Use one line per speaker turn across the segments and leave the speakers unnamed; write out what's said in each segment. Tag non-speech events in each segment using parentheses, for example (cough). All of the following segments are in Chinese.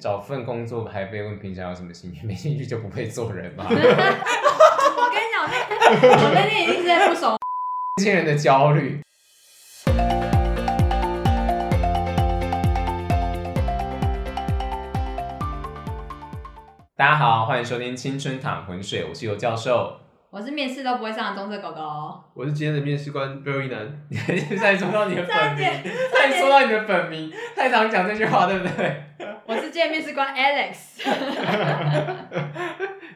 找份工作还被问平常有什么兴趣，没兴趣就不会做人嘛。 (laughs)
我跟你讲，那我那天已经是在不熟。
年轻人的焦虑。大家好，欢迎收听《青春淌浑水》，我是尤教授。
我是面试都不会上的棕色狗哦狗，
我是今天的面试官 b e r r y 男，
你 (laughs) 再说到你的
差
本
点
名，再说到你的本名，太常讲这句话，对不对？
我是今天面试官 Alex。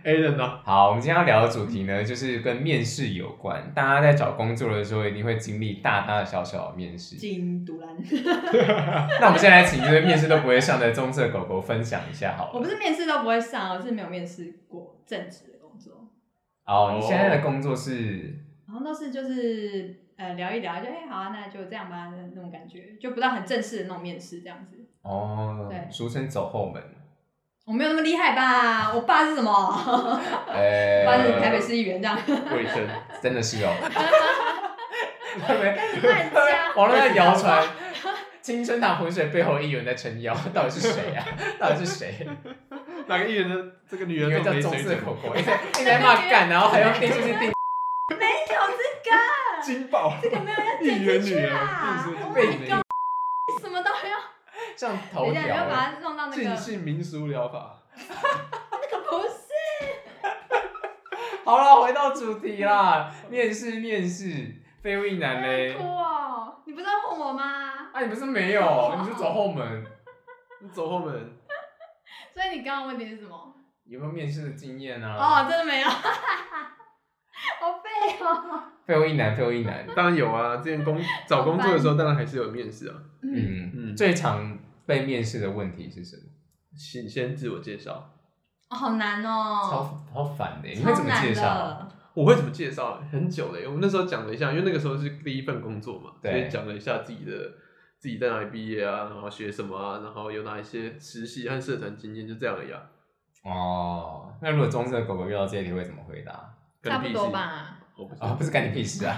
a l a n 啊，
好，我们今天要聊的主题呢，就是跟面试有关。大家在找工作的时候，一定会经历大大小小的面试。
金独兰，
那我们现在请就是面试都不会上的棕色狗狗分享一下好
我
了
不。是面试都不会上，我是没有面试过正职的工作，
哦，你现在的工作是
然后都是就是呃聊一聊，就哎、好啊，那就这样吧，那那种感觉，就不到很正式的那种面试这样子。
哦，
对
俗称走后
(laughs)
门。
我没有那么厉害吧？我爸是什么？
呃
我爸是台北市议员这样。
卫生，
真的是哦。会不会
乱加
网络在谣传，青春堂浑水背后一员在撑腰， (laughs) 到底是谁啊？到底是谁？
哪个艺人的这个女
因为
人
叫
这么没
棕
水
色狗
准？
狗，一直一直在骂干，然后还要定就是定
没有这
金宝，
个，这个没有要
(laughs)
艺
剪
人
出
女
去
人
啦，
真的是
Oh
被
my god，什么都要。
上
等
头
一下，你
条
要
啊。
把它弄到那
尽
个
信民俗疗法，
那个不是。
好了，回到主题啦，面试面试，废物一男哎嘞
哭。哦！你不是要问我吗？
啊，你不是没有，你是走后门。
你走后门，
所以你刚刚问题是什么？
有没有面试的经验啊？
哦，真的没有， (laughs) 好废哦。
废物一男，废物一男。
当然有啊，之前工找工作的时候，当然还是有面试啊。
嗯，
嗯，
嗯
最常被面试的问题是什么？
请先自我介绍，
哦好难哦，
超好烦的，你会
超
怎么介
难
绍？
的。
我会怎么介绍？很久嘞，我们那时候讲了一下，因为那个时候是第一份工作嘛，
对
所以讲了一下自己的。自己在哪里毕业啊？然后学什么啊？然后有哪一些实习和社团经验？就这样而已啊。
哦，那如果棕色狗狗遇到这一题会怎么回答？
跟
差不多
屁事？
吧。
我不知
啊，
道
不。是干你屁事
(laughs)
啊！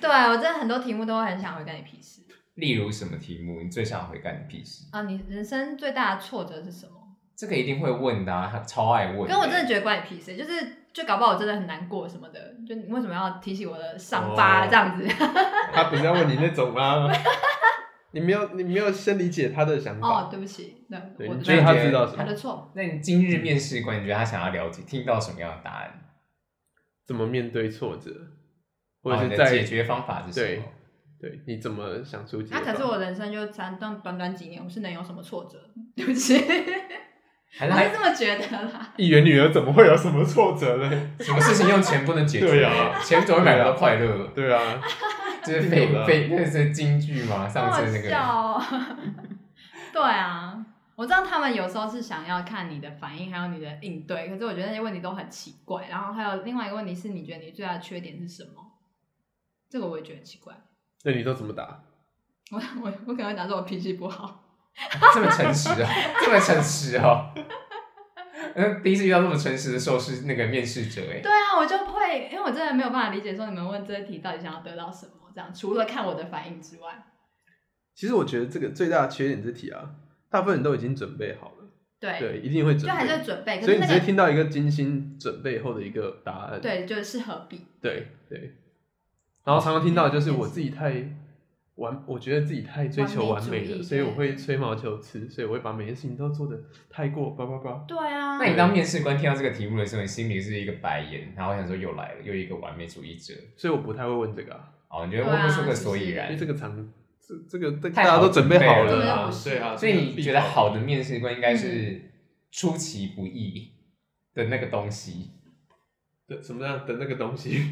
对，我真的很多题目都会很想回干你屁事
例如什么题目你最想回干你屁事？
啊！你人生最大的挫折是什么？
这个一定会问的、啊，他超爱问的。
跟我真的觉得关你屁事，就是就搞不好我真的很难过什么的，就你为什么要提起我的伤疤
哦
这样子？
他不是要问你那种啦、 (laughs) 你没有，你没有先理解他的想
(laughs) 哦
法。，
对不起，那
对，
我
你
的
觉得
错
他知道什
他的
么？
错。
那你今日面试官，你觉得他想要了解听到什么样的答案？
怎么面对挫折，或
哦
者
你
是
的
在、
解决方法是什么？
对你怎么想出解
那、
法？
啊可是我人生就短短短短几年，我是能有什么挫折？对不起，我
还是他
是这么觉得 (laughs) 啦。
议员女儿怎么会有什么挫折呢？
什么事情用钱不能解决？
对啊
钱总会买不到快乐。
(laughs) 对啊，
就是废
有的啊
废，那是京剧吗？上
好
次那个
笑哦、 (laughs) 对啊，我知道他们有时候是想要看你的反应，还有你的应对。可是我觉得那些问题都很奇怪。然后还有另外一个问题是，你觉得你最大的缺点是什么？这个我也觉得很奇怪。
(laughs) 那你都怎么打？
我 (laughs) 我我可能会拿说我脾气不好，
这么诚实哦， (laughs) 这么诚实哦。 (laughs) 嗯，第一次遇到这么诚实的受试那个面试者哎，
对啊，我就会，因为我真的没有办法理解说你们问这些题到底想要得到什么，这样除了看我的反应之外，
其实我觉得这个最大的缺点这题啊，大部分人都已经准备好了，
对，
对，一定会
就
准
还在
备。
准备，可
所以
是
你
那
直接
个
听到一个精心准备后的一个答案，
对，就是何必？
对对。然后常常听到的就是我自己太完，我觉得自己太追求完
完
美
美主义
了，所以我
对
会吹毛求疵，所以我会把每件事情都做的太过叭叭叭。
对啊
那你当面试官听到这个题目的时候，你心里是一个白眼，然后想说又来了，又一个完美主义者，
所以我不太会问这个、啊，
哦，你觉得问不出个所以
因
然
为。这个常这这个这个
太
大
好
家都准备好
准
备
了
了
啊，对啊，
所以你觉得好的
的
面试官应该
嗯
是出其不意的那个东西，
什么样的那个东西，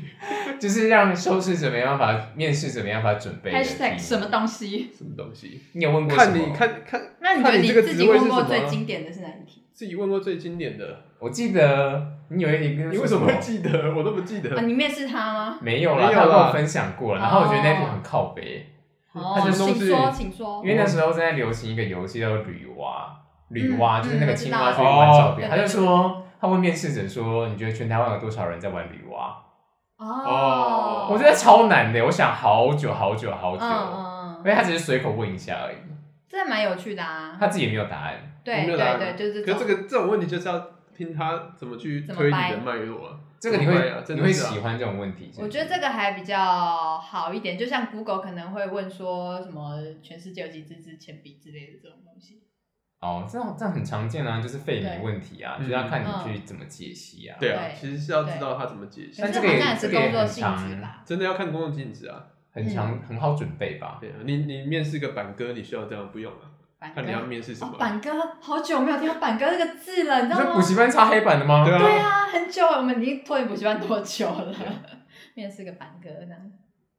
就是让受试者没办法，面试者没办法准备的题目
Hashtag 什么东西？
(laughs) 什么东西？
你有问过什
看
么？
你看看，
那你觉
看
得
你这个
自
职
己
位
问
是什
过
么
最
啊？
经典的是哪一题？
自己问过最经典的，
我记得你有一个，
你为什么会记得？我都不记得
啊，。你面试他吗？
没有啦，
没有
他
啦
有跟我分享过了，然后我觉得那题很靠北，
哦
他，就
说
请
是
说，请说
因。为那时候正在流行一个游戏叫做女蛙，女蛙、
嗯
就是那个青蛙
嗯
去玩照片，
我知道
他就说他问面试者说，你觉得全台湾有多少人在玩女蛙？
哦，
我觉得超难的，我想好久好久好哎
嗯
久，
嗯
因
嗯，
为他只是随口问一下而已，
这蛮有趣的啊
他。自己也没有答案，
对
没有
对
答案
对，就是
可
这
是这
种
个这种问题就是要听他怎么去推你的脉络啊。
这个你
怎么办啊
会
真
你
的
会
是啊
喜欢这种问题？是不是
我觉得这个还比较好一点，就像 Google 可能会问说什么全世界有几支支铅笔之类的这种东西。
哦，这种这样很常见啊，就是费米问题啊，
对
就是要看你去怎么解析啊。
嗯对啊，
对
其实是要知道他怎么解析
可
但这
是好
个也
像也是
这个也
工作
很
性质
常
吧？
真的要看公共禁止啊。
很常
嗯
很好准备吧？
对啊，你你面试个板哥，你需要这样不用啊？
板
看你要
哥，
面试什
哦
么，。啊
板哥，好久没有听到板哥这个字了，你
你
知道
说
吗
补？习班擦黑板的吗？
对啊
对啊，很久了，我们已经脱离补习班多久了？ (laughs) 面试个板哥这样。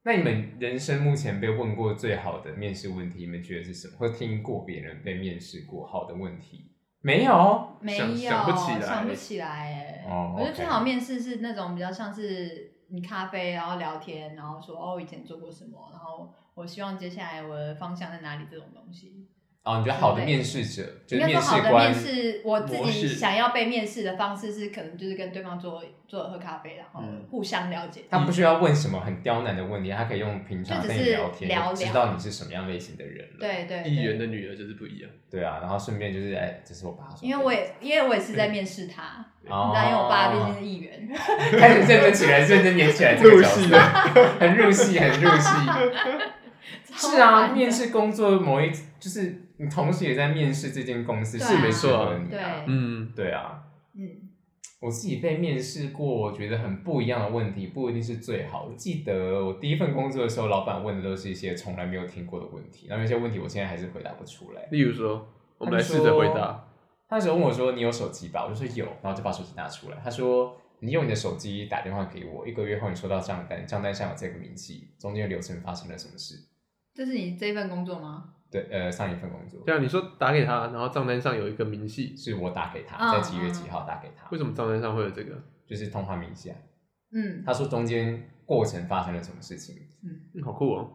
那你们人生目前被问过最好的面试问题，你们觉得是什么？或听过别人被面试过好的问题？没有，
没有，
想不起来
想不起来哎、
哦
我觉得
OK
最好面试是那种比较像是你咖啡，然后聊天，然后说哦以前做过什么，然后我希望接下来我的方向在哪里这种东西。
哦，你觉得好的面试者，就
应
是
该说
面试
好的
官
面，试，我自
模
己
式
想要被面试的方式是可能就是跟对方坐坐着喝咖啡，然后
嗯
互相了解。
他不需要问什么很刁难的问题，他可以用平常
就只
跟
是
你聊天，
聊聊
就知道你是什么样类型的人了。
对对
议员
对，
的女儿就是不一样，
对啊，然后顺便就是哎，这是我爸说的，
因为我也因为我也是在面试他，
哦，
那因为我爸毕竟是议员。
开始认真起来，认真演起来这个角色，很入戏，很入戏。 (laughs) 是
(laughs) 超
啊，
烦的
面试工作某一就是你同时也在面试这间公司，
对啊
是不是适合你
对
啊？
嗯，
对啊，
嗯，
我自己被面试过，我觉得很不一样的问题，不一定是最好。我记得我第一份工作的时候，老板问的都是一些从来没有听过的问题，然后有些问题我现在还是回答不出来。
例如说，我们来试着回答，
他那时候问我说：“你有手机吧？”我就说有，然后就把手机拿出来。他说：“你用你的手机打电话给我，一个月后你收到账单，账单上有这个明细，中间流程发生了什么事
这是你这份工作吗？？”
对，呃，上一份工作
这
啊
啊样你说打给他，然后账单上有一个明细，
是我打给
嗯
他，在几月几号打给他，
为什么账单上会有这个？
就是通话明细啊。
嗯，
他说中间过程发生了什么事情，
嗯好酷哦！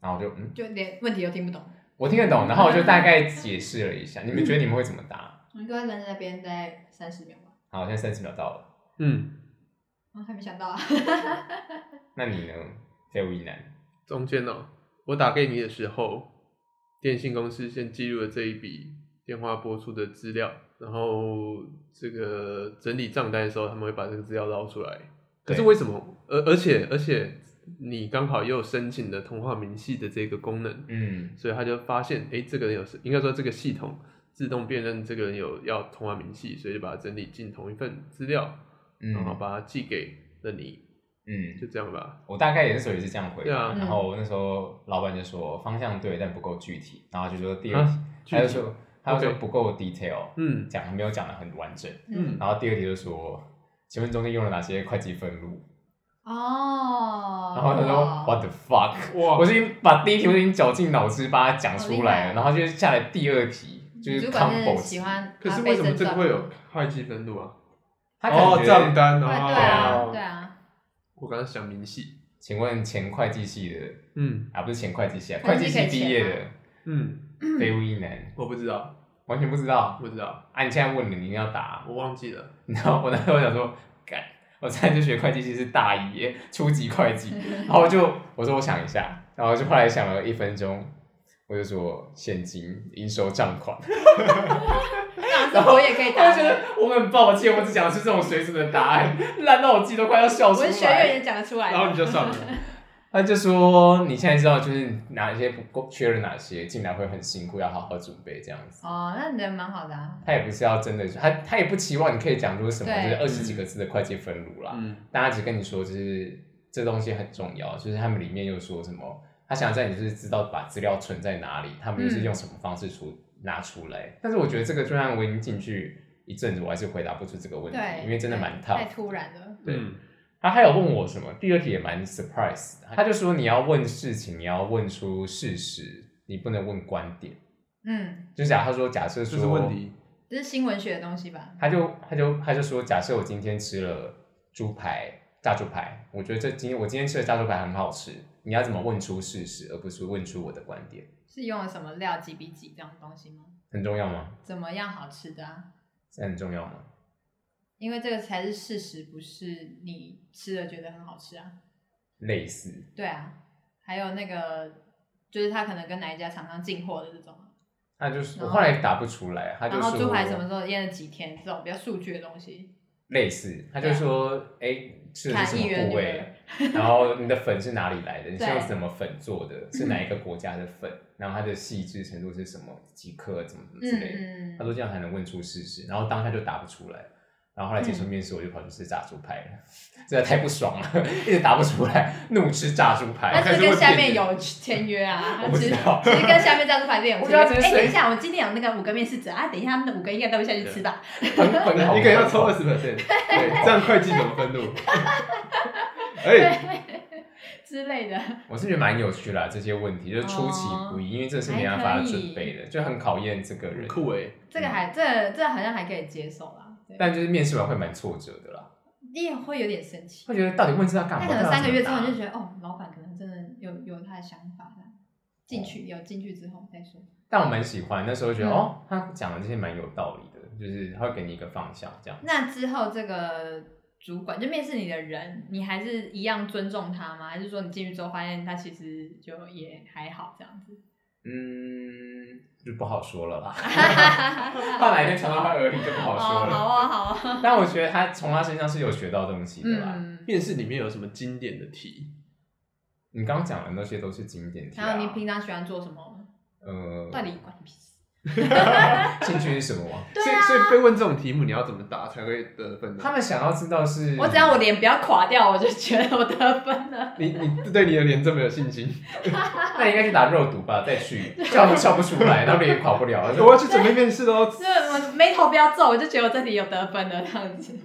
然后我就嗯，
就连问题都听不懂。
我听得懂，然后我就大概
嗯
解释了一下。你们觉得你们会怎么答？
我应该愣在那边待三十秒吧。
好，现在三十秒到了，
嗯，
我还没想到啊。
那你呢？非为难，
中间哦，我打给你的时候，电信公司先记录了这一笔电话拨出的资料，然后这个整理账单的时候，他们会把这个资料捞出来。可是
对
为什么？而而且而且，你刚好又申请了通话明细的这个功能，
嗯，
所以他就发现，哎、这个人有事，应该说这个系统自动辨认这个人有要通话明细，所以就把它整理进同一份资料，
嗯
然后把它寄给了你，
嗯，
就这样吧。
我大概那时候也是这样回
对
答。
啊
然后那时候老板就说方向对，但不够具体，然后就说第二题，
具
他就
体
说他就说
OK
不够 detail，
嗯
讲没有讲的很完整。
嗯
然后第二题就说，请问中间用了哪些会计分录？
(laughs) 哦。
然后他说
哇
What the fuck？
哇
我已经把第一题我已经绞尽脑汁把它讲出来
好厉害
了，然后就下来第二题就
主
是
管
combo
是喜欢
可是
阿
为
贝
什么
正
这个
传
会有
吗？
会计分录啊？
他感觉
哦，账单
对
啊，
哦
对啊，
(laughs)
对啊，
我刚刚想明细，
请问前会计系的
嗯
啊，不是前会计系，啊，
会
会
计
计
系可以
系毕业的
嗯，
非物一男，
我不知道，
完全不知道
不知道，
啊！你现在问了，你一定要答。 (laughs)
我忘记了，
然后我那时候想说，干，我在就学会计系是大一耶，初级会计。然后我就我说我想一下，然后就后来想了一分钟，我就说现金应收账款。
这样子我也可以
我
打
就觉得我很抱歉，我只讲出这种水准的答案，烂到我自己都快要笑出
文学院
来。
也讲得出来
然后你
的。
就上了， (laughs)
他就说你现在知道就是哪一些不够，缺了哪些，进来会很辛苦，要好好准备这样子。
哦，那你人蛮好的啊。
他也不是要真的，他他也不期望你可以讲出什么，
对
就是二十几个字的会计分录啦。
嗯
大家只跟你说，就是这东西很重要，就是他们里面又说什么，他想在你就是知道把资料存在哪里，他们就是用什么方式出、拿出来。但是我觉得这个就算我已经进去一阵子，我还是回答不出这个问题
对，，
因为嗯真的
对
蛮
太
tough。
突然了。
对
嗯
他还有问我什么，第二题也蛮 surprise，的他就说你要问事情，你要问出事实，你不能问观点。
嗯，
就假他说假设
这
说
是问题，
这是新文学的东西吧？
他就他就他就说，假设我今天吃了猪排炸猪排，我觉得这今天我今天吃的炸猪排很好吃。你要怎么问出事实，而不是问出我的观点，
是用了什么料几比几这种东西吗？
很重要吗？
怎么样好吃的啊？
这很重要吗？
因为这个才是事实，不是你吃了觉得很好吃啊。
类似
对啊，还有那个就是他可能跟哪一家厂商进货的这种啊，
那就是
然
我
后
后来打不出来，他就
然后
说
珠海什么时候验了几天这种比较数据的东西，
类似，他就说哎吃的
啊看
是
议
什么
员
部
女
位，
儿，
然后你的粉是哪里来的？你是
对嗯
用什么粉做的？是哪一个国家的粉？然后它的细致程度是什么？几克？怎么怎么之类的？
嗯
他
嗯，
说这样才能问出事实，然后当下就答不出来。然
嗯
后后来结束面试，我就跑去吃炸猪排了，实在太不爽了，一直答不出来，怒吃炸猪排。
他
可是
是不是跟
我
下
点
面
了
有签
(laughs)
约啊？
我
他
不
其
知
实
道
其实跟下面家族排店有
(laughs) 我
签
觉
约。
得他直接
哎，
随
等一下，我今天有那个五个面试者啊，等一下他们的五个应该都会下去吃吧？
很很好，
一个人要抽 (laughs) 二十 percent，对，这样会计怎么分录？哎，
(laughs) 之类的。
我是觉得蛮有趣啦，这些问题就是出其不意，因为这是没办法
哦还可以
准备的，就很考验这个人
很。酷哎，
这个还这这好像还可以接受啦，对
嗯但就是面试完会蛮挫折的啦，
你也会有点生气。
会觉得到底问这要干嘛？
但可能三个月之后你就
得
觉得，哦，老板可能真的有有他的想法啦。进去有进去之后再说。
但我蛮喜欢，那时候觉得、
嗯
哦，他讲的这些蛮有道理的，就是他会给你一个方向，这样
那之后这个主管就面试你的人，你还是一样尊重他吗？还是说你进去之后发现他其实就也还好这样子？ (laughs)
嗯，就不好说了啦。到哪一天传到他耳里就不好说
哦，好
了。
啊，好啊。
(laughs) 但我觉得他从他身上是有学到东西的啦。
嗯，
面试里面有什么经典的题？
你刚刚讲的那些都是经典题、啊。
还有你平常喜欢做什么？
呃，
到底管你屁事？
兴趣是什
(laughs)
么啊？
对
所以
啊
所以被问这种题目，你要怎么答才会得分呢？
他们想要知道是，
我只要我脸不要垮掉，我就觉得我得分了。
你你对你的脸这么有信心？
那应该去打肉毒吧，再
(laughs)
去笑都笑不出来，然后脸也垮不 (laughs) 了。
我要去准备面试喽。
就是我眉头不要皱，我就觉得我这里有得分了这样子。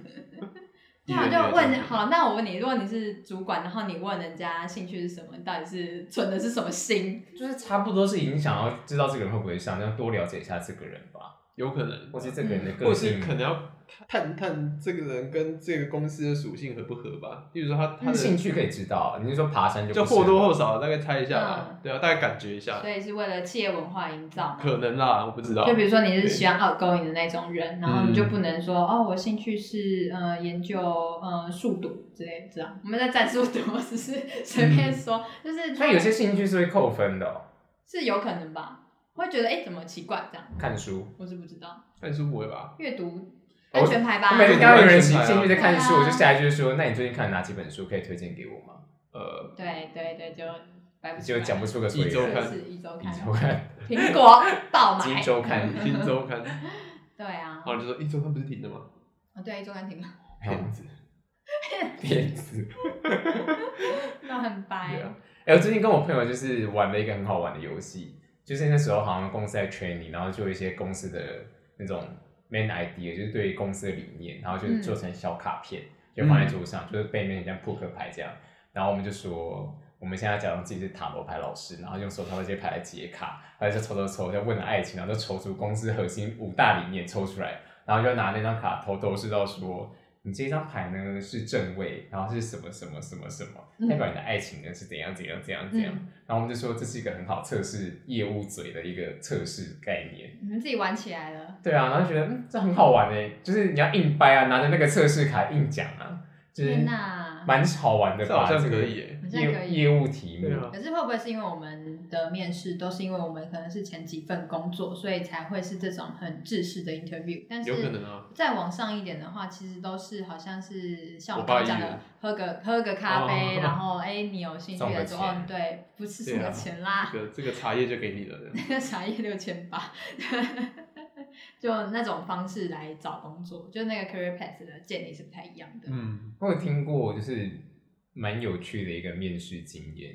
那我就问，好，那我问你，如果你是主管，然后你问人家兴趣是什么，你到底是存的是什么心？
就是差不多是已经想要知道这个人会不会上，要多了解一下这个人吧，
有可能，
或是这个人的个
嗯或是
性。
可能要探探这个人跟这个公司的属性合不合吧。例如说他他
嗯
他的兴
的
趣可以知道，你是说爬山就
就
不是
或多或少大概猜一下啦
嗯，
对啊，大概感觉一下
所，以是为了企业文化营造嘛。
可能啦，我不知道
就。比如说你是喜欢 outgoing 的那种人，然后你就
嗯
不能说、哦，我兴趣是呃研究呃数独之类的，这样我们在战术独，我只是
(laughs)
随便说，就是
所以嗯有些兴趣是会扣分的、哦，
是有可能吧，会觉得哎、诶怎么奇怪这样，
看书。
我是不知道
看书不会吧？
阅读
哦
安全牌吧
我，每次听到有人兴
啊
兴趣在看书，
对啊
我就下一句就说：“那你最近看了哪几本书可以推荐给我吗
呃，
对对对，就掰？”不出
就
来
讲不出个所以
一周
然。
刊
是一周刊，
一周
(laughs)
刊，
苹
(laughs)
果爆
一
买，
周刊。
新周刊，
对啊，
好，你就说一周刊不是停的
(laughs)
吗？
啊对，一周刊停了， (laughs)
骗子，
骗子！
那很白
对，啊，
哎、我最近跟我朋友就是玩了一个很好玩的游戏，就是那时候好像公司在 training，然后就有一些公司的那种 main idea，就是对于公司的理念，然后就
嗯
做成小卡片，就放在桌上，就是背面很像扑克牌这样。然后我们就说，我们现在假装自己是塔罗牌老师，然后用手上的这些牌来解卡，然后就抽抽抽，就问了爱情，然后就抽出公司核心五大理念抽出来，然后就拿那张卡头头是道说。你这张牌呢是正位，然后是什么什么什么什么，
嗯
代表你的爱情呢是怎样怎样怎样怎样。
嗯
然后我们就说这是一个很好测试业务嘴的一个测试概念。
你们自己玩起来了，
对啊，然后就觉得嗯，这很好玩诶，就是你要硬掰啊，拿着那个测试卡硬讲啊，就是
天哪！
蛮好玩的
这
吧？
好像
这个
可以耶。
好像可
业
以
业务题
对
目
啊，
可是会不会是因为我们的面试都是因为我们可能是前几份工作，所以才会是这种很制式的 interview？但是
有可能啊。
再往上一点的话，其实都是好像是像我
我爸
刚刚讲
一
的
元，
喝个喝个咖啡，
哦
然后哎、你有兴
送
趣
个
的时候，
钱
哦对，不是什
对啊
么钱啦，
这个这个茶叶就给你
(laughs)
了，这样
那个茶叶六千八， (laughs) 就那种方式来找工作，就那个 career path 的建立是不太一样的。
嗯，
我有听过，就是蛮有趣的一个面试经验。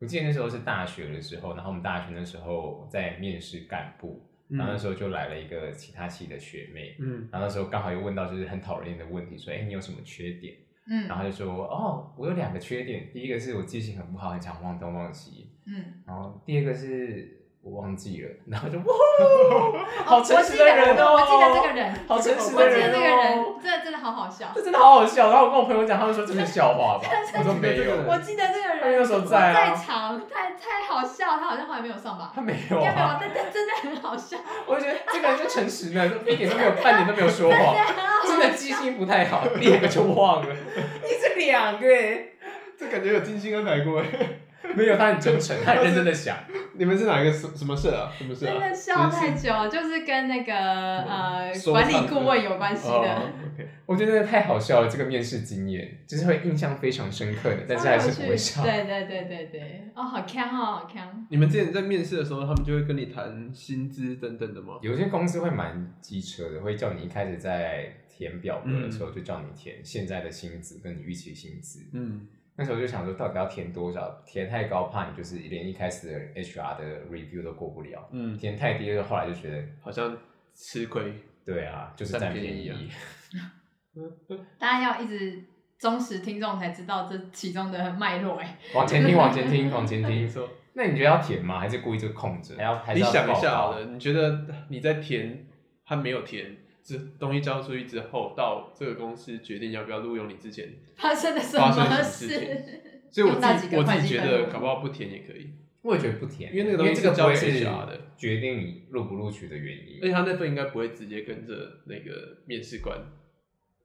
我记得那时候是大学的时候，然后我们大学那时候在面试干部，然后那时候就来了一个其他系的学妹，
嗯，
然后那时候刚好又问到就是很讨人厌的问题，说，哎，你有什么缺点？
嗯
然后她就说，哦，我有两个缺点，第一个是我记性很不好，很常忘东忘西，
嗯，
然后第二个是我忘记了，然
(laughs)
后就哇，
哦
好诚实的人哦，
我记得我记得这个人，
好诚实
我
的
记得
人
这个
哦，
人，真的真的好好笑。
(laughs) 这真的好好笑。然后我跟我朋友讲，他们说这是笑
(laughs)
话吧，我说没有，
我记得这个
他
人，
那时候在啊
我在场，太太好笑，他好像后来没有上吧？
他没有
应该没有
啊，，
但但真的很好笑，
我就觉得这个人就诚实呢，一点都没有，半点都没有啊
(laughs)
说谎， (laughs) 真的记性不太 (laughs) 好，第二个就忘了，你这两个欸，
这感觉有精心安排过耶。
(laughs) 没有，他很真诚，他很认真的想。
你们是哪一个什什么社啊？什么社
真
啊？
的笑太久了，就是跟那个呃
收
管
藏
理顾问有关系的，
o k
我觉得真的太好笑了，这个面试经验就是会印象非常深刻的，但是还是不会笑
超。有趣对对对对对，哦，好看哦，好看。
你们之前在面试的时候，他们就会跟你谈薪资等等的吗？
有些公司会蛮机车的，会叫你一开始在填表格的时候就叫你填现在的薪资跟你预期薪资。
嗯，
那时候就想说，到底要填多少？填太高，怕你就是连一开始的 HR 的 review 都过不了；
嗯，
填太低，后来就觉得，
好像吃亏。
对啊，就是
占
占
便
便
宜
宜。
啊
大家要一直忠实听众才知道这其中的脉络哎。
往前听，往前听，往前
没 (laughs)
听。
错，
那你觉得要填吗？还是故意就空着？还要还是
你
要
想一
报
下
告
好了，你觉得你在填和没有填，这东西交出去之后，到这个公司决定要不要录用你之前，
发生了什
发生
么
了什么事
(laughs) 事？
所以我
用到
自
几
己
个
我自
会
己
计
觉
分
得
母
搞不好不填也可以，
我也觉得不填，
因为那个东西
这个
是
不会
交给
是
HR 的哎
决定你录不录取的原因
而。且他那份应该不会直接跟着那个面试官，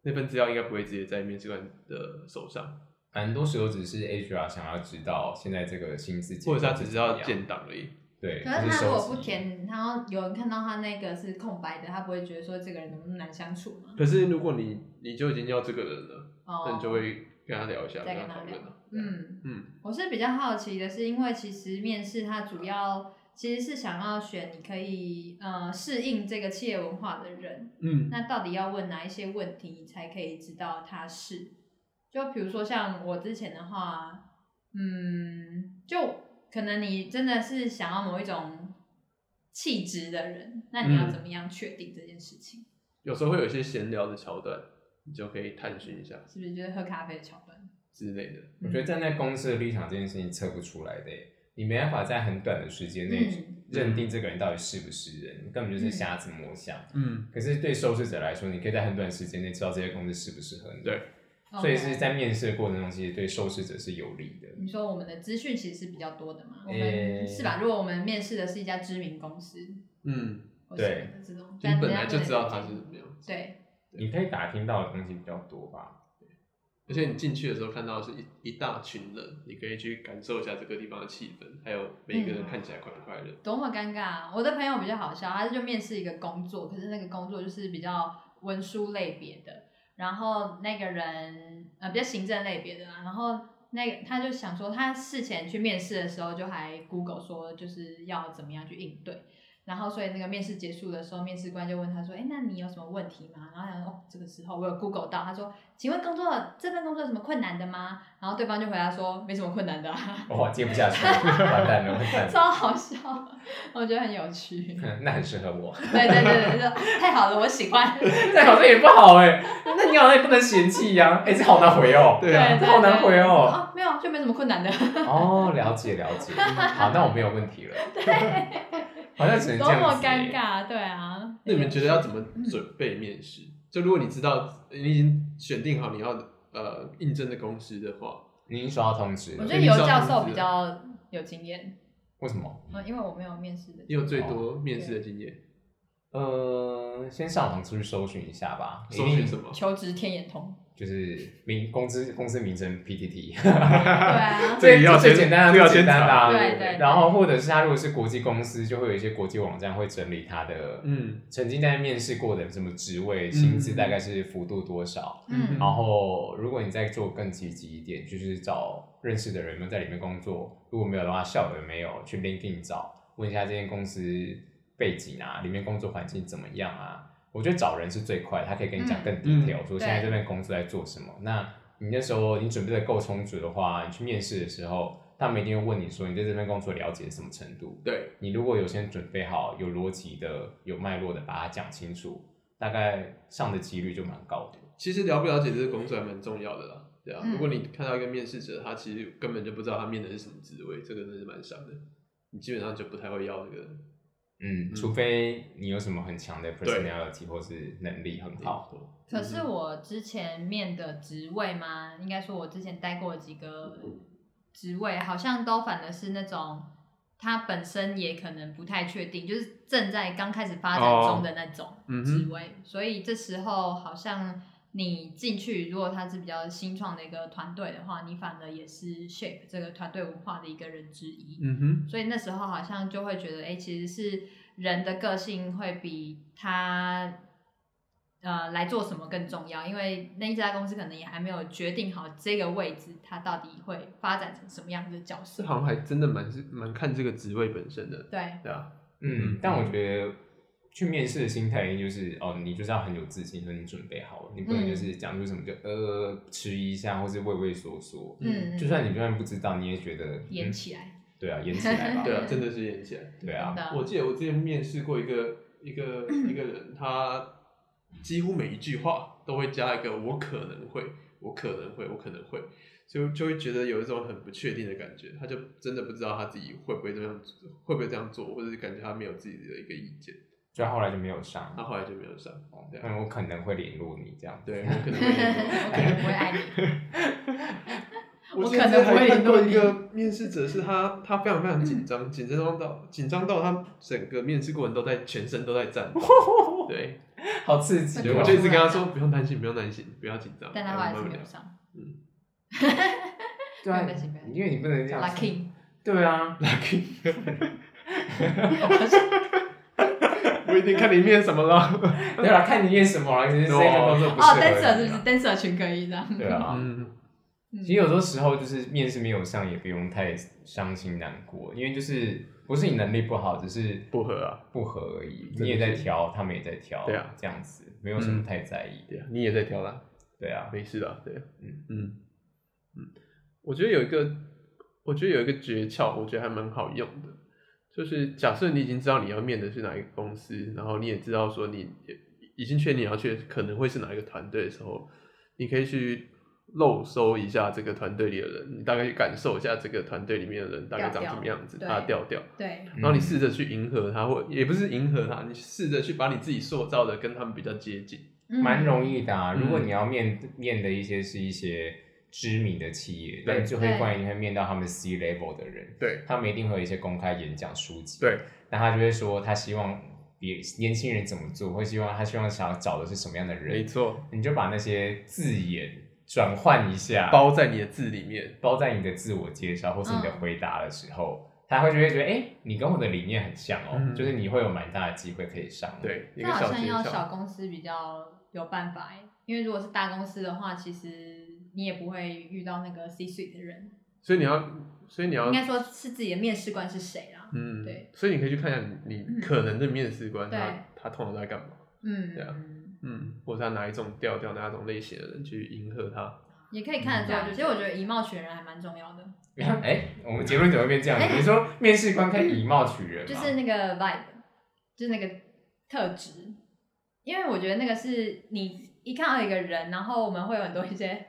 那份资料应该不会直接在面试官的手上，
蛮多时候只是 HR 想要知道现在这个薪资结构
或
是
者
怎
是
么样，
他只知道建档而已。
对，
可是他
就
如
收
果
集
不，填，然后有人看到他那个是空白的，他不会觉得说这个人怎么那么难相处吗？
可是如果你你就已经要这个人了，
哦，
那你就会跟他聊一下，
再
跟
跟
他
他
讨
聊
论了。
嗯，
嗯，
我是比较好奇的是，因为其实面试它主要其实是想要选你可以呃适应这个企业文化的人，
嗯，
那到底要问哪一些问题，你才可以知道他是？就比如说像我之前的话，嗯，就可能你真的是想要某一种气质的人，那你要
嗯
怎么样确定这件事情？
有时候会有一些闲聊的桥段，你就可以探寻一下
是不是就是喝咖啡的桥段？
之类的。
我
嗯
觉得站在公司的立场，这件事情测不出来的耶，你没办法在很短的时间内
嗯
认定这个人到底是不是人，你根本就是瞎子摸象。
嗯，
可是对受试者来说，你可以在很短时间内知道这些公司适不适合你。
对，
哦
所以是
OK
在面试的过程中，其实对受试者是有利的。
你说我们的资讯其实是比较多的
嗯
嘛？我们、
诶
是吧？如果我们面试的是一家知名公司，
嗯，
或什么
对
的这种，
你
但
本
人家
来就
不
知道
能
他
了
是
解
怎么样，
对，
你可以打听到的东西比较多吧？
而且你进去的时候看到是一一大群人，你可以去感受一下这个地方的气氛，还有每个人
嗯
看起来快不快乐。
多么尴尬、啊！我的朋友比较好笑，他就面试一个工作，可是那个工作就是比较文书类别的，然后那个人呃比较行政类别的啦，然后那个他就想说，他事前去面试的时候就还 Google 说就是要怎么样去应对。然后，所以那个面试结束的时候，面试官就问他说：“哎，那你有什么问题吗？”然后他说：“哦，这个时候我有 Google 到，他说，请问工作这份工作有什么困难的吗？”然后对方就回答说：“没什么困难的、啊。
哇，哦接不下去，完蛋了，完”蛋了。
超好笑，我觉得很有趣。
嗯那很适合我， (laughs)
(laughs) 对对对对，就哦太好了，我喜欢。
但好像也不好哎、那你好像也不能嫌弃呀、哎、这好难回哦、
对啊
这好难回哦、
啊，没有，就没什么困
(laughs)
难的。
哦，了解了解，
嗯
好，那我没有问题了。好像只能这
多
样子、欸
么尴。尬，对啊。
(laughs) 那你们觉得要怎么
嗯
准备面试？就如果你知道你已经选定好你要呃应征的公司的话，
你已经收到通知
我
了
觉，得尤教授比较有经验，
为什么？
嗯，因为我没有面试
(laughs)
的经
你
验。
有
哦
最多面试的经验，
呃，先上网出去搜寻一下吧。
搜寻
一定
什么？
求职天眼通。
就是名公司公司名称 PTT，
对啊，
最
这个要
最
先
简单的
这个要
最简单的啊、
先查对对对
然后或者是他如果是国际公司，就会有一些国际网站会整理他的
嗯
曾经在面试过的什么职位，薪资大概是幅度多少。然
嗯
后如果你再做更积极一点，就是找认识的人们在里面工作，如果没有的话，校友没有去 LinkedIn 找，问一下这间公司背景啊，里面工作环境怎么样啊。我觉得找人是最快，他可以跟你讲更
嗯
detail，、说现在这份公司在做什么。那你那时候你准备的够充足的话，你去面试的时候，他们一定会问你说你对这份工作了解什么程度。
对，
你如果有先准备好，有逻辑的、有脉络的把它讲清楚，大概上的几率就蛮高的。
其实了不了解这个工作还蛮重要的啦，对啊。
嗯
如果你看到一个面试者，他其实根本就不知道他面的是什么职位，这个真的是蛮伤的。你基本上就不太会要这个人。
嗯，
嗯
除非你有什么很强的
对
personality 或是能力很好。嗯
好，
可是我之前面的职位嘛，应该说我之前待过几个职位，好像都反而是那种他本身也可能不太确定，就是正在刚开始发展中的那种
嗯
职
哼，
位，所以这时候好像你进去，如果它是比较新创的一个团队的话，你反而也是 shape 这个团队文化的一个人之一。
嗯哼，
所以那时候好像就会觉得，哎、其实是人的个性会比他呃来做什么更重要，因为那一家公司可能也还没有决定好这个位置，它到底会发展成什么样子的角
这
色。
好像还真的蛮是蛮看这个职位本身的，
对，
对啊，
嗯，但我觉得去面试的心态一定就是哦，你就是要很有自信，说你准备好了，你不能
嗯
就是讲出什么就呃迟疑一下，或是畏畏缩缩。
嗯，
就算你就算不知道，你也觉得
演
嗯
起来，嗯
对啊，演起来
(laughs)
吧。
对啊，真的是演起来。
对
真
啊，
的，
我记得我之前面试过一个一个一个人，他几乎每一句话都会加一个“我可能会”，我可能会，我可能会，就就会觉得有一种很不确定的感觉。他就真的不知道他自己会不会这样，会不会这样做，或者是感觉他没有自己的一个意见。
就后来就没有上
他。后来就没有上。对啊
嗯，我可能会联络你这样。
(laughs) 对，我可
(laughs) (laughs) 我
能
可能不
会。
会爱你。我
之
可
前
能
还
会
看过
弄
一
你
个面试者，是他他非常非常紧张，紧张到紧张到他整个面试过程都在全身都在颤抖。
(laughs)
对，
好刺激、
对，
哦！
我就一直跟他说不用担心，不用担心，不要紧张。
但他后来是
慢慢
没有
聊
上。
对啊
不要担心不要担，心
因为你不能这样。
Lucky，
对啊，
(laughs)
我一定看里面什
(laughs)
么了。
对啊，看你念什么了，其实这份工作不
哦
适合你啊
，dancer 是不是？dancer 群可以这样。
对啊，
嗯，
嗯
其实有多时候就是面试没有上，也不用太伤心难过，因为就是不是你能力不好，只是
不合啊。
不合而已
真。的是
你也在挑，他们也在挑，
对啊，
这样子没有什么太在意。
对啊，你也在挑啦，
对啊，
没事的。对啊，
嗯
嗯嗯嗯，我觉得有一个，我觉得有一个诀窍，我觉得还蛮好用的，就是假设你已经知道你要面的是哪一个公司，然后你也知道说你也已经确定你要去可能会是哪一个团队的时候，你可以去。漏搜一下这个团队里的人，你大概去感受一下这个团队里面的人大概长什么样子，
调
他
调
的调调，
对，
嗯
然后你试着去迎合他，或也不是迎合他，你试着去把你自己塑造的跟他们比较接近。
嗯
蛮容
易。
易的、啊。
嗯
如果你要面面的一些是一些知名的企业，那
对
你最后一关一定会面到他们 C level 的人，
对
他们一定会有一些公开演讲书籍。
对，
那他就会说他希望别年轻人怎么做，会希望他希望想要找的是什么样的
没
人，
错，
你就把那些字眼转换一下，
包在你的字里面。
包在你的自我介绍或是你的
嗯
回答的时候，他会就会觉得，哎、你跟我的理念很像哦，
嗯
就是你会有蛮大的机会可以上。， (laughs)
对，一
这
个
好
小
像
诀
要
窍。
小公司比较有办法欸，因为如果是大公司的话，其实你也不会遇到那个 C suite 的人，
所以你要，所以你要
应，该说是自己的面试官是谁啦。
嗯，
对。嗯
所以你可以去看一下你你可能的面试官，
对
他他通常在干嘛？
嗯，
对啊嗯，或者他哪一种调调、哪一种类型的人去迎合他？
也可以看得
嗯
出来，其实我觉得以貌取人还蛮重要的，
哎、我们结论怎么会变这样？你说面试官可以以貌取人吗？
哎就是那个 vibe，就是那个特质，因为我觉得那个是你一看到一个人，然后我们会有很多一些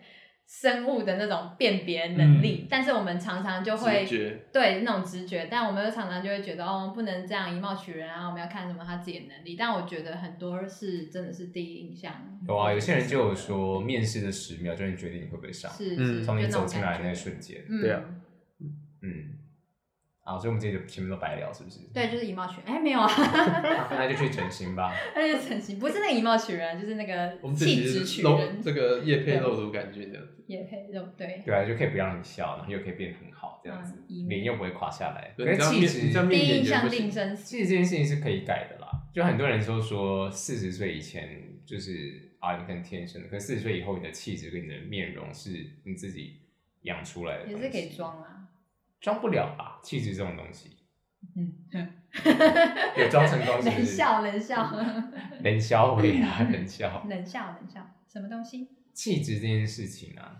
生物的那种辨别
嗯
能力，但是我们常常就会
直觉，
对那种直觉，但我们又常常就会觉得哦，不能这样以貌取人啊，我们要看什么他自己的能力。但我觉得很多是真的是第一印象。
有啊，有些人就有说，面试的十秒就能决定你会不会上，
是，
嗯
是
从你
就
走
种
进来
感
的那
觉
一瞬间。
嗯，
对啊
嗯，啊，所以我们这就前面都白聊，是不是？
对，就是以貌取人。哎，没有啊， (laughs)
啊 (laughs) 那就去整形吧。
那就是整形，不是那个以貌取人，就是那个
我们这
气
集
质
是
取
露
人，
这个叶配露乳感觉这样子。
也配肉对。
对啊，就可以不让你笑，然后又可以变得很好，这样子，
嗯以貌
脸又不会垮下来。
对
可
你
是
这样
气质，
面你这样面
第一印
演员
象
不行
定生死，
气质这件事情是可以改的啦。就很多人都说，四十岁以前就是啊，你可能天生的，可四十岁以后，你的气质跟你的面容是你自己养出来的，
也是可以，装啊。
装不了吧？气质这种东西，
嗯，
(laughs) 有装成功是嗯不
冷
是？
笑，冷笑，
冷笑回
(laughs)
啊，冷笑。
冷笑，冷笑，什么东西？
气质这件事情啊，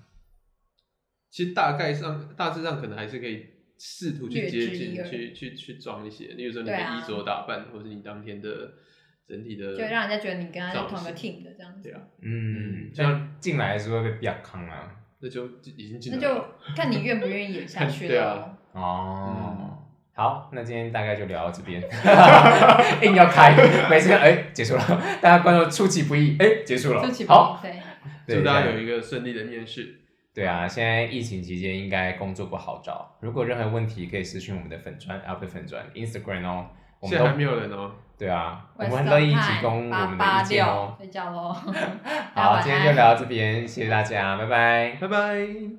其实大概上大致上可能还是可以试图去接
略知一
近，
二
去去去装一些，例如说你的
对啊
衣着打扮，或者你当天的整体
呃
的，
就让人家觉得你跟他是
造型
同个 team 的这样子
对。啊，
嗯
嗯，
像进来的时候会被比较康啊。
那就已经进
那
来
就
了。
看你愿不愿意演下
(laughs)
去
对
了
啊。
哦、
嗯
好，那今天大概就聊到这边，硬要开，每次哎、结束了，大家观众出其不意，哎、结束了
出其，不
好，
意，对，
对
祝大家有
对
一个顺利的面试。
对啊，现在疫情期间应该工作不好找，如果任何问题可以私讯我们的粉砖啊，不是粉砖，Instagram 哦。我们
现
都
在还没有人哦。
对啊，我们很乐意提供我们的意见哦。
睡觉喽，大家晚
好，
安
今天就聊到这边，谢谢大家，拜拜。
拜拜。